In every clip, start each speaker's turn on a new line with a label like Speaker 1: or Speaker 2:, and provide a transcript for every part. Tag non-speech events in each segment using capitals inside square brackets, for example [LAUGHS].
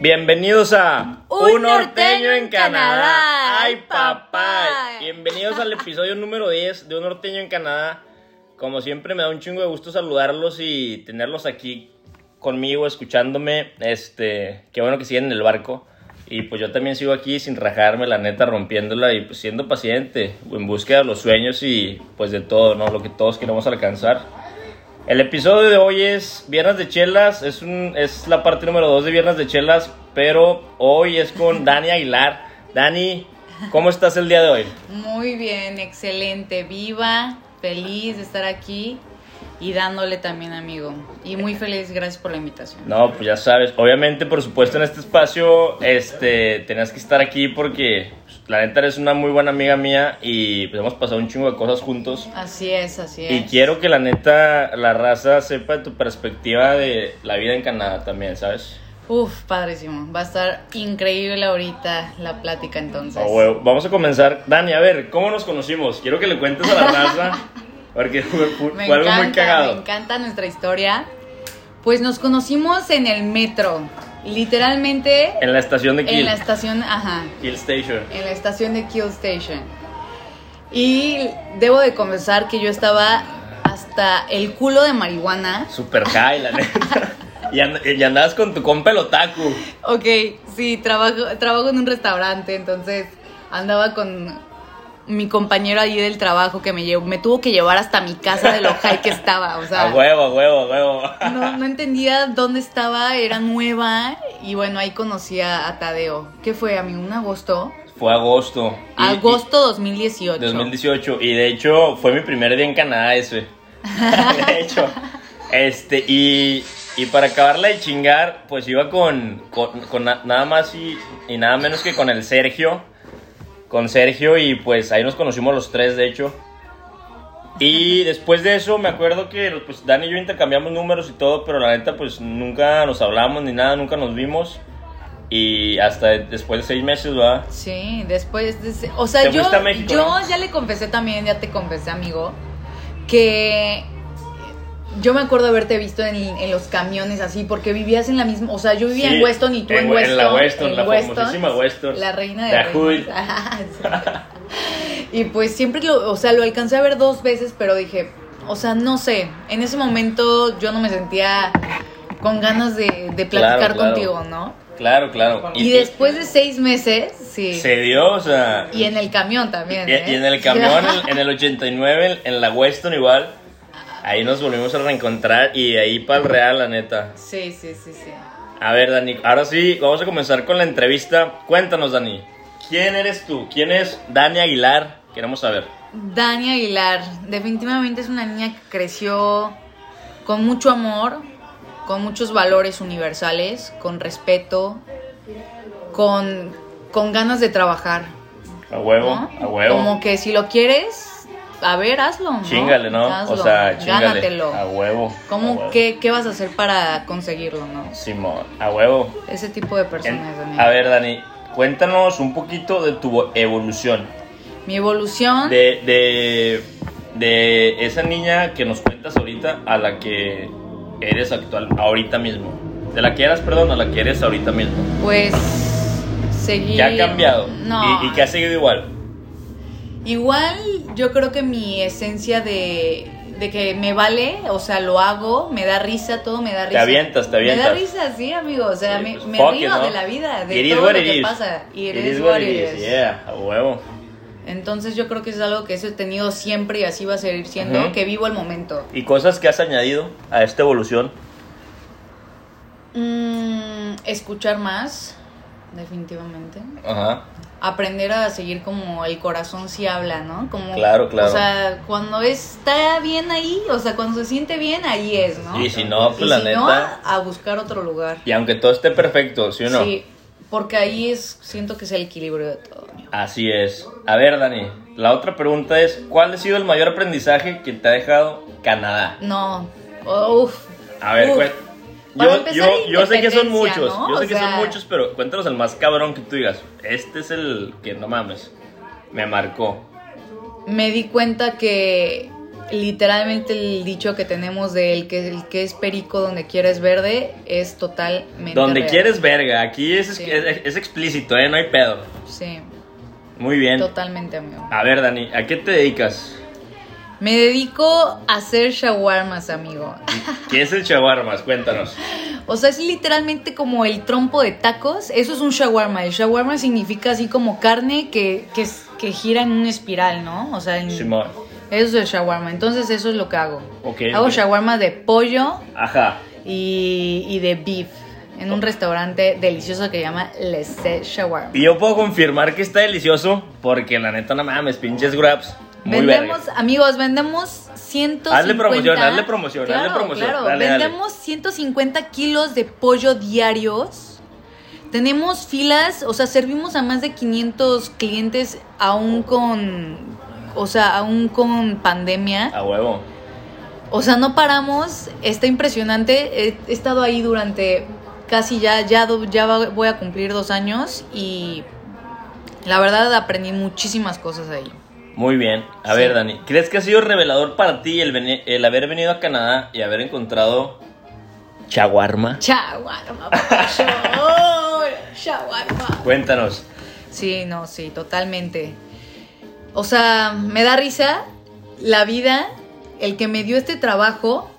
Speaker 1: Bienvenidos a
Speaker 2: Un norteño en Canadá.
Speaker 1: ¡Ay,
Speaker 2: Ay,
Speaker 1: papá!
Speaker 2: papá.
Speaker 1: Bienvenidos al episodio número 10 de Un norteño en Canadá. Como siempre, me da un chingo de gusto saludarlos y tenerlos aquí conmigo, escuchándome. Este, qué bueno que siguen en el barco. Y pues yo también sigo aquí sin rajarme, la neta, rompiéndola y pues siendo paciente, en búsqueda de los sueños y pues de todo, ¿no? Lo que todos queremos alcanzar. El episodio de hoy es Viernes de Chelas, es, un, es la parte número 2 de Viernes de Chelas, pero hoy es con Dani Aguilar. Dani, ¿cómo estás el día de hoy?
Speaker 2: Muy bien, excelente, viva, feliz de estar aquí y dándole también, amigo. Y muy feliz, gracias por la invitación.
Speaker 1: No, pues ya sabes, obviamente por supuesto en este espacio este, tenías que estar aquí porque pues, la neta eres una muy buena amiga mía y pues, hemos pasado un chingo de cosas juntos.
Speaker 2: Así es, así es.
Speaker 1: Y quiero que la neta la raza sepa tu perspectiva de la vida en Canadá también, ¿sabes?
Speaker 2: Uf, padrísimo. Va a estar increíble ahorita la plática entonces.
Speaker 1: Ah, huevo. Vamos a comenzar. Dani, a ver, ¿cómo nos conocimos? Quiero que le cuentes
Speaker 2: [LAUGHS]
Speaker 1: a la raza. Porque [LAUGHS] fue, fue-
Speaker 2: Me
Speaker 1: fue algo
Speaker 2: encanta,
Speaker 1: muy cagado.
Speaker 2: me encanta nuestra historia. Pues nos conocimos en el metro, literalmente
Speaker 1: En la estación de
Speaker 2: en
Speaker 1: Kill.
Speaker 2: la estación, ajá,
Speaker 1: Kill Station.
Speaker 2: en la estación de Kill Station. Y debo de confesar que yo estaba hasta el culo de marihuana.
Speaker 1: Super high, la neta. [LAUGHS] y, and- y andabas con tu compa el otaku.
Speaker 2: Ok, sí, trabajo, trabajo en un restaurante, entonces andaba con mi compañero allí del trabajo que me llevó, me tuvo que llevar hasta mi casa de lo high que estaba, o
Speaker 1: [LAUGHS]
Speaker 2: sea,
Speaker 1: a huevo, a huevo, a huevo.
Speaker 2: no, no entendía dónde estaba, era nueva y bueno, ahí conocí a, a Tadeo. ¿Qué fue, amigo? ¿Un agosto?
Speaker 1: Fue agosto. Y- y-
Speaker 2: agosto 2018.
Speaker 1: 2018. Y de hecho, fue mi primer día en Canadá ese. de hecho. Este, y, y para acabarla de chingar, pues iba con, con, con na- nada más y, y nada menos que con el Sergio. Con Sergio, y pues ahí nos conocimos los tres, de hecho. Y después de eso, me acuerdo que pues, Dan y yo intercambiamos números y todo, pero la neta, pues nunca nos hablamos ni nada, nunca nos vimos. Y hasta después de seis meses, ¿verdad?
Speaker 2: Sí, después, de ese- o sea,
Speaker 1: Te
Speaker 2: yo,
Speaker 1: fuiste a México,
Speaker 2: yo
Speaker 1: ¿no?
Speaker 2: ya le confesé también, ya te confesé, amigo, que yo me acuerdo haberte visto en, en los camiones así, porque vivías en la misma, o sea, yo vivía
Speaker 1: Sí,
Speaker 2: en Weston y tú en,
Speaker 1: en- en
Speaker 2: Weston.
Speaker 1: la Weston,
Speaker 2: en
Speaker 1: la famosísima Weston.
Speaker 2: La reina de
Speaker 1: La
Speaker 2: reinas.
Speaker 1: Hood.
Speaker 2: Ajá, sí. [LAUGHS] Y pues siempre, lo, o sea, lo alcancé a ver dos veces, pero dije, o sea, no sé, en ese momento yo no me sentía con ganas de, de
Speaker 1: Claro,
Speaker 2: platicar
Speaker 1: claro.
Speaker 2: contigo, ¿no?
Speaker 1: Claro, claro.
Speaker 2: Y después de seis meses, sí.
Speaker 1: Se dio, o sea.
Speaker 2: Y en el camión también.
Speaker 1: Y,
Speaker 2: ¿eh?
Speaker 1: y en el camión, en, en el 89, en la Weston igual, ahí nos volvimos a reencontrar y de ahí para el Real, la neta.
Speaker 2: [LAUGHS] Sí, sí, sí, sí.
Speaker 1: A ver, Dani, ahora sí, vamos a comenzar con la entrevista. Cuéntanos, Dani, ¿quién eres tú? ¿Quién es Dani Aguilar? Queremos saber.
Speaker 2: Dani Aguilar, definitivamente es una niña que creció con mucho amor, con muchos valores universales, con respeto, con, con ganas de trabajar.
Speaker 1: A huevo,
Speaker 2: ¿no?
Speaker 1: a huevo.
Speaker 2: Como que si lo quieres, a ver, hazlo. ¿no?
Speaker 1: Chingale, ¿no?
Speaker 2: Hazlo,
Speaker 1: o sea, chingale.
Speaker 2: Gánatelo.
Speaker 1: A huevo. a
Speaker 2: ¿Cómo,
Speaker 1: huevo.
Speaker 2: qué, ¿Qué vas a hacer para conseguirlo, no?
Speaker 1: Simón, a huevo.
Speaker 2: Ese tipo de
Speaker 1: En-
Speaker 2: personas, Dani.
Speaker 1: a ver, Dani, cuéntanos un poquito de tu evolución.
Speaker 2: Mi evolución.
Speaker 1: de, de, de esa niña que nos cuentas ahorita a la que eres actual, ahorita mismo. De la que eras, perdón, a la que eres ahorita mismo.
Speaker 2: Pues seguí.
Speaker 1: Que ha cambiado
Speaker 2: No.
Speaker 1: y, y que ha seguido igual.
Speaker 2: Igual yo creo que mi esencia de, de que me vale, o sea, lo hago, me da risa, todo me da risa.
Speaker 1: avientas, te avientas.
Speaker 2: Me da risa, sí, amigo. O sea,
Speaker 1: Sí,
Speaker 2: me,
Speaker 1: pues,
Speaker 2: me
Speaker 1: fuck
Speaker 2: río
Speaker 1: it, ¿no?
Speaker 2: de la vida, de
Speaker 1: It is
Speaker 2: todo
Speaker 1: what
Speaker 2: lo
Speaker 1: it
Speaker 2: que
Speaker 1: is.
Speaker 2: pasa. Y
Speaker 1: It
Speaker 2: eres
Speaker 1: is what it is, yeah, a huevo.
Speaker 2: Entonces yo creo que es algo que eso he tenido siempre y así va a seguir siendo,
Speaker 1: Ujú.
Speaker 2: que vivo el momento.
Speaker 1: ¿Y cosas que has añadido a esta evolución?
Speaker 2: Mm, escuchar más, definitivamente.
Speaker 1: Ajá.
Speaker 2: aprender a seguir como el corazón si habla, ¿no? Como,
Speaker 1: Claro, claro.
Speaker 2: O sea, cuando está bien ahí, o sea, cuando se siente bien, ahí es, ¿no?
Speaker 1: Y si no, pues
Speaker 2: Y
Speaker 1: la
Speaker 2: si
Speaker 1: neta.
Speaker 2: no, a buscar otro lugar.
Speaker 1: Y aunque todo esté perfecto, ¿sí o no?
Speaker 2: Sí, porque ahí es, siento que es el equilibrio de todo. amigo.
Speaker 1: Así es. A ver, Dani, la otra pregunta es, ¿cuál ha sido el mayor aprendizaje que te ha dejado Canadá?
Speaker 2: No, uff.
Speaker 1: A ver,
Speaker 2: Uf.
Speaker 1: cuen-
Speaker 2: Para
Speaker 1: yo,
Speaker 2: empezar,
Speaker 1: yo, yo sé que son
Speaker 2: independencia,
Speaker 1: muchos,
Speaker 2: ¿no?
Speaker 1: yo sé
Speaker 2: O
Speaker 1: que
Speaker 2: sea-
Speaker 1: son muchos, pero cuéntanos el más cabrón que tú digas. Este es el que no mames, me marcó.
Speaker 2: me di cuenta que literalmente el dicho que tenemos de el que, el que es perico donde quieres verde es totalmente
Speaker 1: Donde
Speaker 2: real.
Speaker 1: quieres verga, aquí es,
Speaker 2: Sí.
Speaker 1: es- es explícito, ¿eh? No hay pedo.
Speaker 2: Sí,
Speaker 1: Muy bien.
Speaker 2: totalmente, amigo.
Speaker 1: A ver, Dani, ¿a qué te dedicas?
Speaker 2: Me dedico a hacer shawarmas, amigo.
Speaker 1: ¿Qué es el shawarmas? Cuéntanos.
Speaker 2: O sea, es literalmente como el trompo de tacos. Eso es un shawarma. El shawarma significa así como carne que, que, es- que gira en una espiral, ¿no? O sea, en-
Speaker 1: Simón.
Speaker 2: eso es el shawarma. Entonces eso es lo que hago.
Speaker 1: Ok,
Speaker 2: hago
Speaker 1: ok.
Speaker 2: shawarma de pollo
Speaker 1: Ajá.
Speaker 2: y, y de beef en un restaurante delicioso que se llama Les Shawarma.
Speaker 1: Y yo puedo confirmar que está delicioso porque la neta no mames, pinches grabs. Muy
Speaker 2: vendemos,
Speaker 1: verga.
Speaker 2: amigos, vendemos 150.
Speaker 1: Hazle promoción, hazle promoción, hazle promoción.
Speaker 2: Claro,
Speaker 1: Dale, dale.
Speaker 2: vendemos 150 kilos de pollo diarios. Tenemos filas, o sea, servimos a más de 500 clientes aún con, o sea, aún con pandemia.
Speaker 1: A huevo.
Speaker 2: O sea, no paramos, está impresionante. He, he estado ahí durante casi ya, ya, do- ya va- voy a cumplir dos años y la verdad aprendí muchísimas cosas ahí.
Speaker 1: Muy bien. A
Speaker 2: Sí.
Speaker 1: ver, Dani, ¿crees que ha sido revelador para ti el, veni- el haber venido a Canadá y haber encontrado chaguarma?
Speaker 2: Chaguarma, papacho. [LAUGHS] Oh, chaguarma.
Speaker 1: Cuéntanos.
Speaker 2: Sí, no, sí, totalmente. O sea, me da risa la vida, el que me dio este trabajo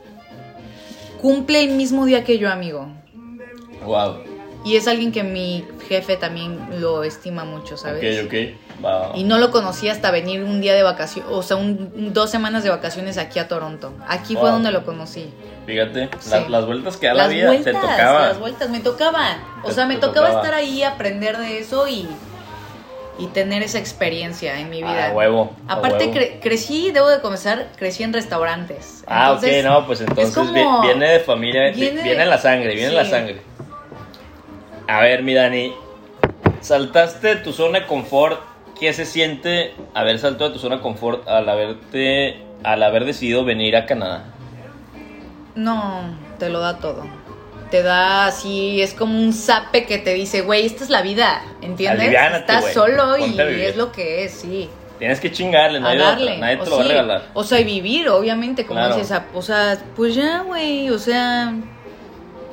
Speaker 2: cumple el mismo día que yo, amigo.
Speaker 1: Wow.
Speaker 2: Y es alguien que mi jefe también lo estima mucho,
Speaker 1: Ok,
Speaker 2: ¿sabes?
Speaker 1: ok. Va, va, va.
Speaker 2: Y no lo conocí hasta venir un día de vacaciones, o sea, un- dos semanas de vacaciones aquí a Toronto. Aquí fue
Speaker 1: Wow.
Speaker 2: donde lo conocí.
Speaker 1: Fíjate,
Speaker 2: Sí.
Speaker 1: la- las vueltas que da la vida te tocaba.
Speaker 2: Las vueltas, me tocaba. O
Speaker 1: Te-
Speaker 2: sea, me
Speaker 1: te
Speaker 2: tocaba,
Speaker 1: tocaba.
Speaker 2: estar ahí, aprender de eso y, y tener esa experiencia en mi vida.
Speaker 1: A Ah, huevo. a
Speaker 2: Aparte,
Speaker 1: huevo.
Speaker 2: cre- crecí, debo de comenzar, crecí en restaurantes.
Speaker 1: Ah,
Speaker 2: Entonces,
Speaker 1: ok, no, pues entonces
Speaker 2: como-
Speaker 1: vi- viene de familia, vi-
Speaker 2: viene
Speaker 1: viene,
Speaker 2: de-
Speaker 1: en la sangre, viene en la
Speaker 2: sí.
Speaker 1: sangre. A ver, mi Dani, saltaste de tu zona de confort. ¿Qué se siente haber saltado de tu zona de confort al haberte, al haber decidido venir a Canadá?
Speaker 2: No, te lo da todo. Te da así, es como un zape que te dice, güey, esta es la vida, ¿entiendes?
Speaker 1: Aliviánate,
Speaker 2: Estás
Speaker 1: güey,
Speaker 2: solo y
Speaker 1: ponte a vivir.
Speaker 2: es lo que es, sí.
Speaker 1: Tienes que chingarle,
Speaker 2: a
Speaker 1: nadie, lo-
Speaker 2: darle.
Speaker 1: nadie te
Speaker 2: o
Speaker 1: lo va a
Speaker 2: sí,
Speaker 1: regalar.
Speaker 2: O sea, y vivir, obviamente, como
Speaker 1: Claro.
Speaker 2: dices, a- o sea, pues ya, güey, o sea,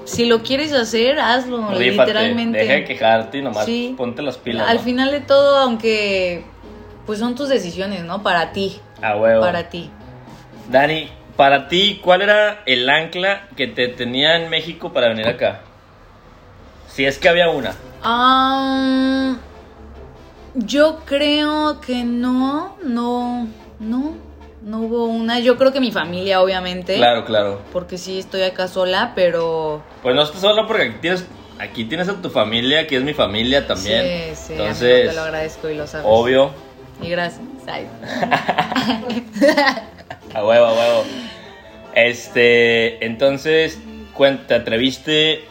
Speaker 2: si lo quieres hacer, hazlo,
Speaker 1: Rífate,
Speaker 2: literalmente.
Speaker 1: Deja de quejarte y nomás
Speaker 2: Sí.
Speaker 1: ponte las pilas.
Speaker 2: Al
Speaker 1: ¿no?
Speaker 2: final de todo, aunque pues son tus decisiones, ¿no? Para ti,
Speaker 1: A huevo.
Speaker 2: para ti.
Speaker 1: Dani, para ti, ¿cuál era el ancla que te tenía en México para venir acá? Si es que había una.
Speaker 2: Am, Ah, yo creo que no, no, no, no hubo una. Yo creo que mi familia, obviamente.
Speaker 1: Claro, claro.
Speaker 2: Porque sí estoy acá sola, pero
Speaker 1: Pues no estás sola porque aquí tienes, aquí tienes a tu familia, aquí es mi familia también.
Speaker 2: Sí, sí, amigo,
Speaker 1: Entonces,
Speaker 2: te lo agradezco y lo sabes.
Speaker 1: obvio,
Speaker 2: Y gracias. Ay.
Speaker 1: a huevo, a huevo. Este, entonces, cuen- te atreviste,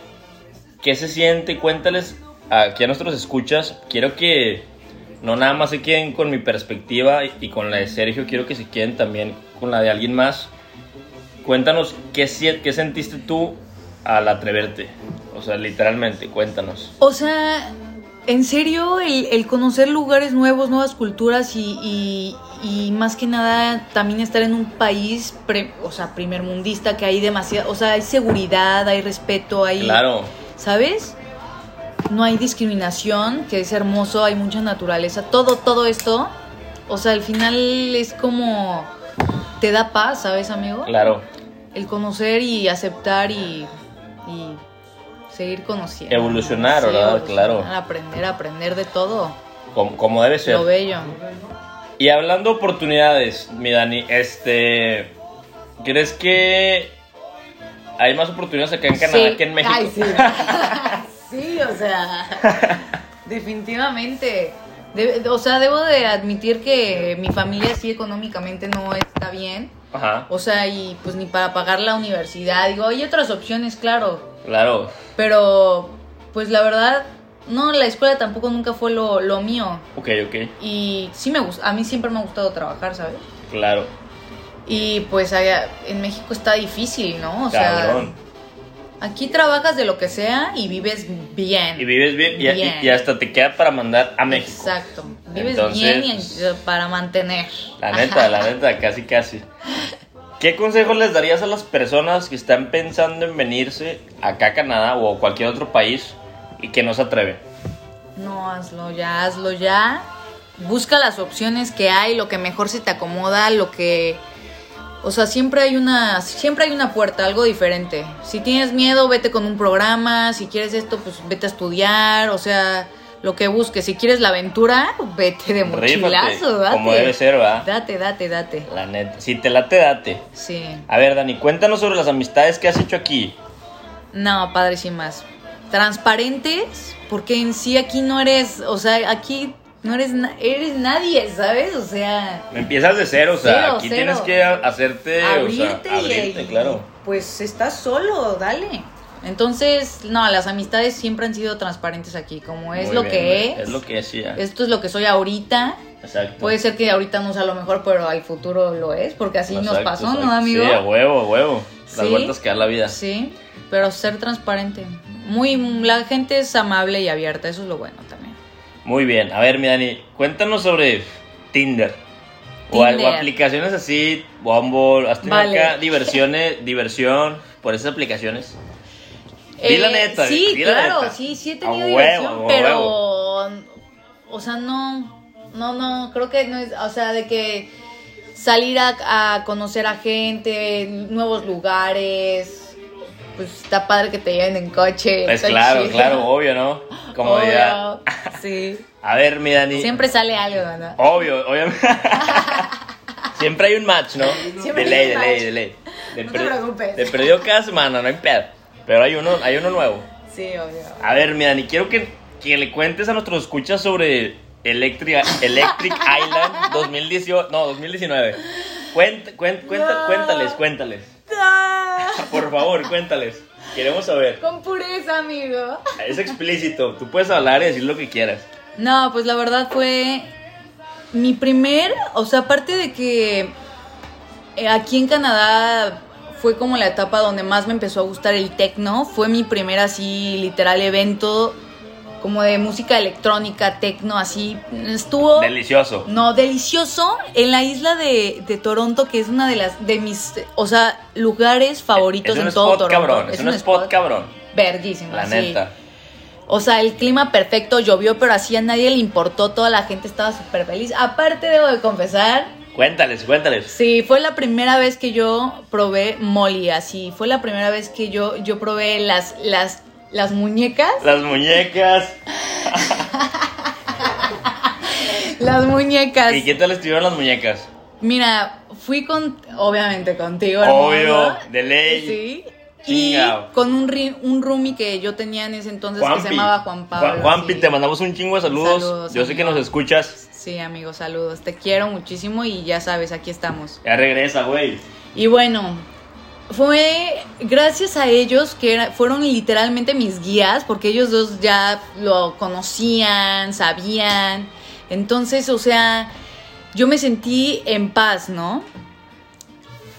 Speaker 1: ¿qué se siente? Cuéntales aquí a nuestros escuchas. Quiero que no nada más se queden con mi perspectiva y- y con la de Sergio, quiero que se queden también con la de alguien más. Cuéntanos qué, sie- qué sentiste tú al atreverte. O sea, literalmente, cuéntanos.
Speaker 2: O sea, en serio, el, el conocer lugares nuevos, nuevas culturas y, y- y más que nada también estar en un país, pre- o sea, primermundista, que hay demasiado, o sea, hay seguridad, hay respeto, hay...
Speaker 1: Claro.
Speaker 2: ¿Sabes? No hay discriminación, que es hermoso, hay mucha naturaleza, todo, todo esto. O sea, al final es como... Te da paz, ¿sabes, amigo?
Speaker 1: Claro,
Speaker 2: el conocer y aceptar y, y seguir conociendo.
Speaker 1: Evolucionar, ¿verdad? Claro.
Speaker 2: Aprender, aprender de todo.
Speaker 1: como, como debe ser.
Speaker 2: Lo bello.
Speaker 1: Y hablando de oportunidades, mi Dani, este. ¿Crees que hay más oportunidades acá en Canadá
Speaker 2: Sí.
Speaker 1: que en México? [LAUGHS]
Speaker 2: Ay, sí. sí, o sea. definitivamente. De- o sea, debo de admitir que mi familia sí económicamente no está bien.
Speaker 1: Ajá,
Speaker 2: O sea, y pues ni para pagar la universidad. Digo, hay otras opciones, claro.
Speaker 1: claro.
Speaker 2: Pero, pues la verdad, no, la escuela tampoco nunca fue lo, lo mío.
Speaker 1: Ok, ok,
Speaker 2: Y sí me gusta, a mí siempre me ha gustado trabajar, ¿sabes?
Speaker 1: claro.
Speaker 2: Y pues allá en México está difícil, ¿no? O
Speaker 1: Cabrón.
Speaker 2: sea, aquí trabajas de lo que sea y vives bien.
Speaker 1: Y vives bien, y, y-
Speaker 2: Bien.
Speaker 1: y hasta te queda para mandar a México.
Speaker 2: Exacto. Vives
Speaker 1: Entonces,
Speaker 2: bien y- eh,
Speaker 1: pues,
Speaker 2: para mantener.
Speaker 1: La neta, la neta, casi, casi. ¿Qué consejos les darías a las personas que están pensando en venirse acá a Canadá o a cualquier otro país y que no se atreven?
Speaker 2: No, hazlo ya, hazlo ya. Busca las opciones que hay, lo que mejor se te acomoda, lo que... O sea, siempre hay una, siempre hay una puerta, algo diferente. Si tienes miedo, vete con un programa. Si quieres esto, pues vete a estudiar. O sea, lo que busques. Si quieres la aventura, vete de
Speaker 1: Rífate,
Speaker 2: mochilazo, date.
Speaker 1: como debe ser, ¿va?
Speaker 2: Date, date, date.
Speaker 1: La neta. Si te late, date.
Speaker 2: Sí.
Speaker 1: A ver, Dani, cuéntanos sobre las amistades que has hecho aquí.
Speaker 2: No, padres y más. Transparentes, porque en sí aquí no eres, o sea, aquí no eres, na- eres nadie, ¿sabes? O sea,
Speaker 1: Empiezas de cero, o sea,
Speaker 2: Cero,
Speaker 1: aquí
Speaker 2: cero.
Speaker 1: tienes que a- hacerte,
Speaker 2: abrirte,
Speaker 1: o sea,
Speaker 2: y-
Speaker 1: abrirte,
Speaker 2: y,
Speaker 1: claro.
Speaker 2: Pues estás solo, dale. Entonces, no, las amistades siempre han sido transparentes aquí, como es
Speaker 1: Muy
Speaker 2: lo
Speaker 1: bien,
Speaker 2: que
Speaker 1: güey.
Speaker 2: es.
Speaker 1: Es lo que es, sí, ya.
Speaker 2: Esto es pues, lo que soy ahorita.
Speaker 1: Exacto.
Speaker 2: Puede ser que ahorita no sea lo mejor, pero al futuro lo es, porque así nos
Speaker 1: Exacto,
Speaker 2: pasó,
Speaker 1: exacto.
Speaker 2: ¿no, amigo?
Speaker 1: Sí, a huevo, a huevo. Las
Speaker 2: Sí.
Speaker 1: vueltas que da la vida.
Speaker 2: Sí, pero ser transparente. Muy, la gente es amable y abierta, eso es lo bueno también.
Speaker 1: Muy bien, a ver, mi Dani, cuéntanos sobre Tinder. O, al- o
Speaker 2: Tinder.
Speaker 1: aplicaciones así, Bumble, has tenido
Speaker 2: Vale.
Speaker 1: acá diversiones, diversión por esas aplicaciones. Di la neta,
Speaker 2: Eh, Sí,
Speaker 1: di la
Speaker 2: claro,
Speaker 1: neta.
Speaker 2: sí, sí he
Speaker 1: A
Speaker 2: tenido
Speaker 1: huevo,
Speaker 2: diversión,
Speaker 1: a
Speaker 2: pero. O sea, no. No, no, creo que no es. O sea, de que salir a, a conocer a gente, nuevos lugares. Pues está padre que te lleven en coche.
Speaker 1: Pues
Speaker 2: está
Speaker 1: claro,
Speaker 2: chido.
Speaker 1: claro, obvio, ¿no? Comodidad.
Speaker 2: Obvio,
Speaker 1: [LAUGHS]
Speaker 2: Sí.
Speaker 1: A ver, mi Dani.
Speaker 2: Siempre sale algo, ¿no?
Speaker 1: Obvio,
Speaker 2: [LAUGHS]
Speaker 1: obviamente. Siempre hay un match, ¿no?
Speaker 2: Siempre
Speaker 1: de ley,
Speaker 2: hay un
Speaker 1: de
Speaker 2: match.
Speaker 1: ley, de ley. De
Speaker 2: No te
Speaker 1: per-
Speaker 2: preocupes.
Speaker 1: De perdido cada semana, no hay pedo. Pero hay uno, hay uno nuevo.
Speaker 2: Sí, obvio.
Speaker 1: [LAUGHS] A ver, mi Dani, quiero que, que le cuentes a nuestros escuchas sobre Electric,
Speaker 2: [LAUGHS]
Speaker 1: Electric Island 2018, no, 2019. Cuenta, cuen- cuenta-
Speaker 2: No.
Speaker 1: Cuéntales, cuéntales.
Speaker 2: Ah,
Speaker 1: Por favor, cuéntales. Queremos saber.
Speaker 2: Con pureza, amigo.
Speaker 1: Es explícito. Tú puedes hablar y decir lo que quieras.
Speaker 2: No, pues la verdad fue mi primer, o sea, aparte de que eh, aquí en Canadá fue como la etapa donde más me empezó a gustar el techno, fue mi primer así literal evento como de música electrónica, techno, así estuvo
Speaker 1: Delicioso.
Speaker 2: no, delicioso en la isla de, de Toronto, que es una de las de mis, o sea, lugares favoritos
Speaker 1: es un
Speaker 2: en todo
Speaker 1: spot
Speaker 2: Toronto.
Speaker 1: cabrón. Es, un, spot, cabrón.
Speaker 2: verguísimo,
Speaker 1: La
Speaker 2: así.
Speaker 1: neta.
Speaker 2: O sea, el clima perfecto, llovió, pero así a nadie le importó, toda la gente estaba súper feliz. Aparte, debo de confesar,
Speaker 1: Cuéntales, cuéntales.
Speaker 2: sí, fue la primera vez que yo probé Molly, así. Fue la primera vez que yo, yo probé las, las,
Speaker 1: [LAUGHS]
Speaker 2: las muñecas.
Speaker 1: Las muñecas.
Speaker 2: Las muñecas.
Speaker 1: ¿Y qué tal estuvieron las muñecas?
Speaker 2: Mira, fui con, obviamente contigo,
Speaker 1: Obvio,
Speaker 2: hermano.
Speaker 1: de ley.
Speaker 2: Sí.
Speaker 1: Chingao.
Speaker 2: Y con un, ri- un roomie que yo tenía en ese entonces que se
Speaker 1: Juanpi.
Speaker 2: llamaba Juan Pablo.
Speaker 1: Juan- Juanpi,
Speaker 2: sí.
Speaker 1: te mandamos un chingo de saludos.
Speaker 2: Saludos,
Speaker 1: Yo sé que
Speaker 2: amigo.
Speaker 1: nos escuchas.
Speaker 2: Sí, amigos, saludos. Te quiero muchísimo y ya sabes, aquí estamos.
Speaker 1: Ya regresa, güey.
Speaker 2: Y bueno, fue gracias a ellos que era- fueron literalmente mis guías, porque ellos dos ya lo conocían, sabían. Entonces, o sea, yo me sentí en paz, ¿no?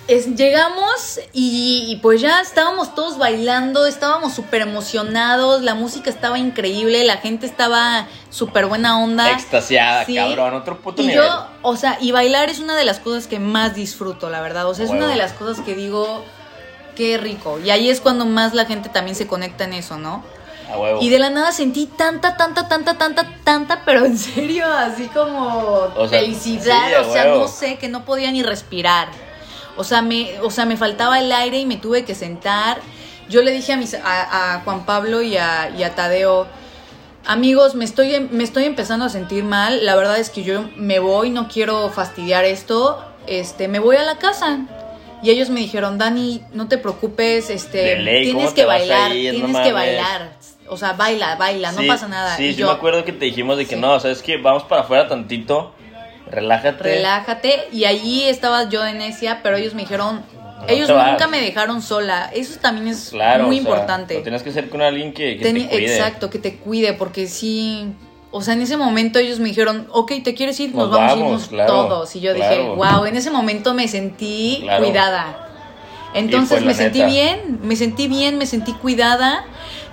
Speaker 2: Es- llegamos y, y pues ya estábamos todos bailando, estábamos súper emocionados, la música estaba increíble, la gente estaba súper buena onda.
Speaker 1: Extasiada,
Speaker 2: Sí.
Speaker 1: cabrón. Otro puto
Speaker 2: Y
Speaker 1: nivel.
Speaker 2: yo, o sea, y bailar es una de las cosas que más disfruto, la verdad. O sea, es
Speaker 1: Huevo.
Speaker 2: una de las cosas que digo, qué rico. Y ahí es cuando más la gente también se conecta en eso, ¿no?
Speaker 1: A huevo.
Speaker 2: Y de la nada sentí tanta, tanta, tanta, tanta, tanta, pero en serio, así como
Speaker 1: O sea,
Speaker 2: felicidad.
Speaker 1: sí, a
Speaker 2: o sea,
Speaker 1: huevo.
Speaker 2: no sé, que no podía ni respirar. O sea, me, o sea, me faltaba el aire y me tuve que sentar. Yo le dije a, mis, a, a Juan Pablo y a, y a Tadeo, amigos, me estoy, em- me estoy empezando a sentir mal. La verdad es que yo me voy, no quiero fastidiar esto. Este, me voy a la casa. Y ellos me dijeron, Dani, no te preocupes,
Speaker 1: De
Speaker 2: este,
Speaker 1: ley, ¿cómo
Speaker 2: tienes
Speaker 1: te
Speaker 2: que
Speaker 1: vas a
Speaker 2: bailar,
Speaker 1: ir? No
Speaker 2: tienes
Speaker 1: mames.
Speaker 2: que bailar. O sea, baila, baila,
Speaker 1: Sí,
Speaker 2: no pasa nada.
Speaker 1: Sí,
Speaker 2: Y
Speaker 1: sí,
Speaker 2: yo,
Speaker 1: me acuerdo que te dijimos de que
Speaker 2: Sí.
Speaker 1: no, sabes que vamos para afuera tantito. Relájate.
Speaker 2: relájate. Y allí estaba yo de necia, pero ellos me dijeron,
Speaker 1: te
Speaker 2: ellos
Speaker 1: vas.
Speaker 2: nunca me dejaron sola. Eso también es
Speaker 1: Claro.
Speaker 2: muy
Speaker 1: o sea,
Speaker 2: importante.
Speaker 1: Lo tienes que hacer con alguien que, que
Speaker 2: Ten-
Speaker 1: te cuide.
Speaker 2: Exacto, que te cuide, porque sí. O sea, en ese momento ellos me dijeron, ok, te quieres ir, nos,
Speaker 1: Nos
Speaker 2: vamos,
Speaker 1: vamos,
Speaker 2: irnos
Speaker 1: claro,
Speaker 2: todos. Y yo dije,
Speaker 1: claro.
Speaker 2: wow, en ese momento me sentí
Speaker 1: Claro.
Speaker 2: cuidada. Entonces
Speaker 1: la
Speaker 2: me sentí
Speaker 1: neta.
Speaker 2: bien, me sentí bien, me sentí cuidada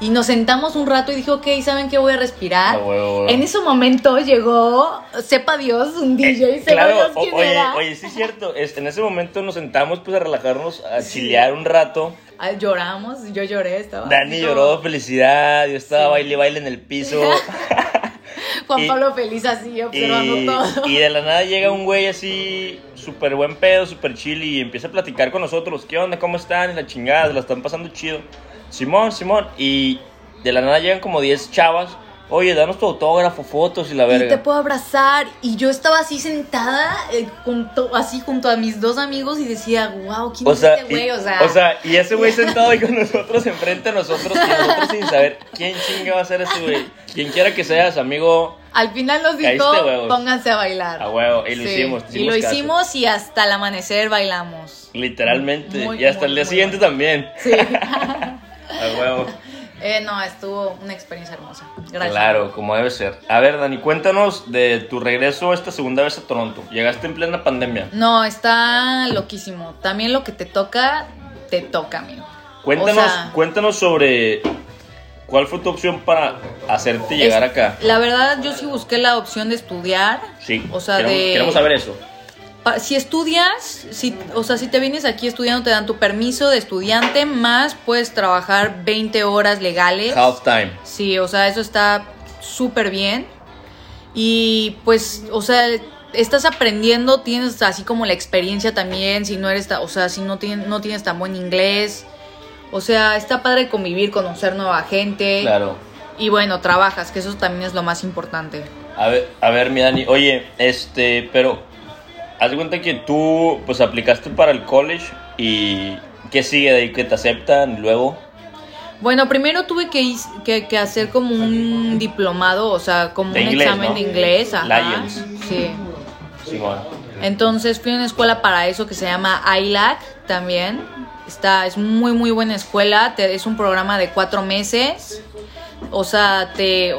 Speaker 2: y nos sentamos un rato y dije, ok, ¿saben qué voy a respirar?
Speaker 1: A huevo, a huevo.
Speaker 2: En ese momento llegó, sepa Dios, un [LAUGHS] DJ, sepa Dios
Speaker 1: Eh, Claro, o-
Speaker 2: quién
Speaker 1: oye,
Speaker 2: era,
Speaker 1: oye, sí es cierto. Este, en ese momento nos sentamos pues a relajarnos, a chilear un rato.
Speaker 2: Ah, Lloramos, yo lloré, estaba.
Speaker 1: Dani
Speaker 2: así como
Speaker 1: lloró de felicidad, yo estaba baile y baile en el
Speaker 2: [LAUGHS]
Speaker 1: piso.
Speaker 2: Juan
Speaker 1: y-
Speaker 2: Pablo feliz así,
Speaker 1: y,
Speaker 2: observando todo.
Speaker 1: y de la nada llega un güey así, súper buen pedo, súper chill, y empieza a platicar con nosotros. ¿Qué onda? ¿Cómo están? Y La chingada, se la están pasando chido. Simón, Simón. Y de la nada llegan como 10 chavas. Oye, danos tu autógrafo, fotos y la
Speaker 2: [LAUGHS] Y te
Speaker 1: verga.
Speaker 2: puedo abrazar. Y yo estaba así sentada, eh, junto, así junto a mis dos amigos y decía, wow, ¿quién
Speaker 1: O
Speaker 2: es
Speaker 1: sea,
Speaker 2: este güey?
Speaker 1: y,
Speaker 2: O sea,
Speaker 1: o sea, y ese güey sentado ahí con nosotros, enfrente de nosotros, y nosotros sin saber quién chinga va a ser ese güey. Quien quiera que seas, amigo,
Speaker 2: al final nos
Speaker 1: caíste,
Speaker 2: dijo,
Speaker 1: huevos.
Speaker 2: pónganse a bailar.
Speaker 1: a huevo. Y lo
Speaker 2: Sí,
Speaker 1: hicimos. te
Speaker 2: Y lo
Speaker 1: caso.
Speaker 2: hicimos y hasta el amanecer bailamos.
Speaker 1: Literalmente.
Speaker 2: Muy,
Speaker 1: y hasta
Speaker 2: muy,
Speaker 1: el día
Speaker 2: muy
Speaker 1: siguiente también. [LAUGHS]
Speaker 2: Sí.
Speaker 1: A huevo.
Speaker 2: Eh, no, estuvo una experiencia hermosa. Gracias.
Speaker 1: Claro, como debe ser. A ver, Dani, cuéntanos de tu regreso esta segunda vez a Toronto. Llegaste en plena pandemia.
Speaker 2: No, está loquísimo. También lo que te toca, te toca, amigo.
Speaker 1: Cuéntanos,
Speaker 2: O sea-
Speaker 1: cuéntanos sobre cuál fue tu opción para hacerte llegar
Speaker 2: Es-
Speaker 1: acá.
Speaker 2: La verdad, yo sí busqué la opción de estudiar.
Speaker 1: Sí.
Speaker 2: O sea,
Speaker 1: queremos,
Speaker 2: de.
Speaker 1: queremos saber eso.
Speaker 2: Pa- Si estudias, si, o sea, si te vienes aquí estudiando, te dan tu permiso de estudiante, más puedes trabajar 20 horas legales.
Speaker 1: Half time.
Speaker 2: Sí, o sea, eso está súper bien. Y pues, o sea, estás aprendiendo, tienes así como la experiencia también, si no eres, ta- o sea, si no, tien- no tienes tan buen inglés. O sea, está padre convivir, conocer nueva gente.
Speaker 1: Claro.
Speaker 2: Y bueno, trabajas, que eso también es lo más importante.
Speaker 1: A ver, a ver, mi Dani. Oye, este, pero haz de cuenta que tú, pues, aplicaste para el college y ¿qué sigue de ahí? ¿Que te aceptan luego?
Speaker 2: Bueno, primero tuve que, is- que, que hacer como un diplomado, o sea, como
Speaker 1: De
Speaker 2: un
Speaker 1: inglés,
Speaker 2: examen
Speaker 1: ¿no?
Speaker 2: de inglés. Ajá.
Speaker 1: Lions.
Speaker 2: Sí.
Speaker 1: Simón.
Speaker 2: Entonces fui a una escuela para eso que se llama ILAC también. Está, es muy, muy buena escuela. Te- es un programa de cuatro meses. O sea, te,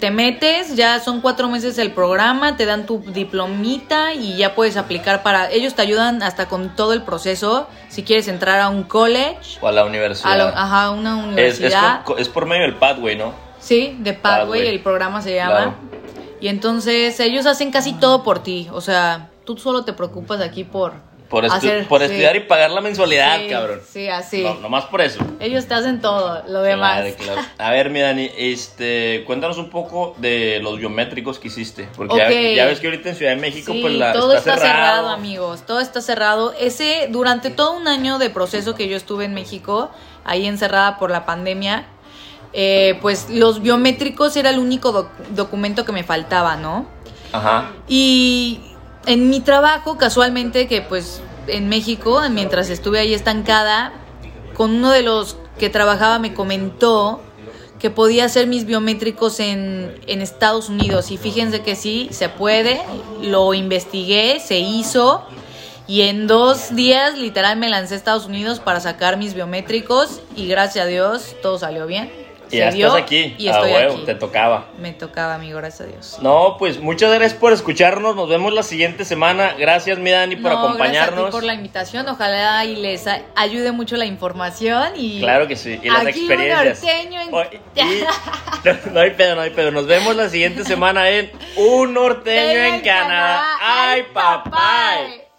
Speaker 2: te metes, ya son cuatro meses el programa, te dan tu diplomita y ya puedes aplicar para... Ellos te ayudan hasta con todo el proceso. Si quieres entrar a un college,
Speaker 1: O a la
Speaker 2: a
Speaker 1: universidad.
Speaker 2: lo- ajá, una
Speaker 1: Es, es
Speaker 2: universidad.
Speaker 1: por, es por medio del pathway, ¿no?
Speaker 2: Sí, de Pathway,
Speaker 1: Pathway.
Speaker 2: el programa se llama. Y entonces ellos hacen casi todo por ti. O sea, tú solo te preocupas aquí por...
Speaker 1: Por, estu-
Speaker 2: hacer-
Speaker 1: por
Speaker 2: sí.
Speaker 1: estudiar y pagar la mensualidad,
Speaker 2: Sí,
Speaker 1: cabrón.
Speaker 2: Sí, así.
Speaker 1: No, nomás por eso.
Speaker 2: Ellos te hacen todo, lo demás.
Speaker 1: Claro, claro. A ver, mi Dani, este, cuéntanos un poco de los biométricos que hiciste. Porque ya-
Speaker 2: Ok.
Speaker 1: ya, ves que ahorita en Ciudad de México,
Speaker 2: Sí,
Speaker 1: pues la,
Speaker 2: todo está, cerrado. amigos. Todo está cerrado. Ese, durante todo un año de proceso que yo estuve en México, ahí encerrada por la pandemia, eh, pues los biométricos era el único doc- documento que me faltaba, ¿no?
Speaker 1: Ajá.
Speaker 2: Y en mi trabajo, casualmente, que pues en México, mientras estuve ahí estancada, con uno de los que trabajaba me comentó que podía hacer mis biométricos en, en Estados Unidos. Y fíjense que sí, se puede. Lo investigué, se hizo. Y en dos días, literal, me lancé a Estados Unidos para sacar mis biométricos. Y gracias a Dios, todo salió bien.
Speaker 1: Y
Speaker 2: Se
Speaker 1: ya
Speaker 2: dio,
Speaker 1: estás aquí.
Speaker 2: Y
Speaker 1: Ah,
Speaker 2: estoy
Speaker 1: huevo,
Speaker 2: aquí.
Speaker 1: Te tocaba.
Speaker 2: Me tocaba, amigo, gracias a Dios.
Speaker 1: No, pues muchas gracias por escucharnos. Nos vemos la siguiente semana. Gracias, mi Dani, por
Speaker 2: No,
Speaker 1: acompañarnos.
Speaker 2: Gracias a ti por la invitación. Ojalá y les a- ayude mucho la información y
Speaker 1: Claro que sí. Y las
Speaker 2: Aquí un
Speaker 1: experiencias.
Speaker 2: norteño en- [LAUGHS]
Speaker 1: O- y- [LAUGHS] no, no hay pedo, no hay pedo. Nos vemos la siguiente semana en Un Norteño en Canadá. ¡Ay, papá!
Speaker 2: papá.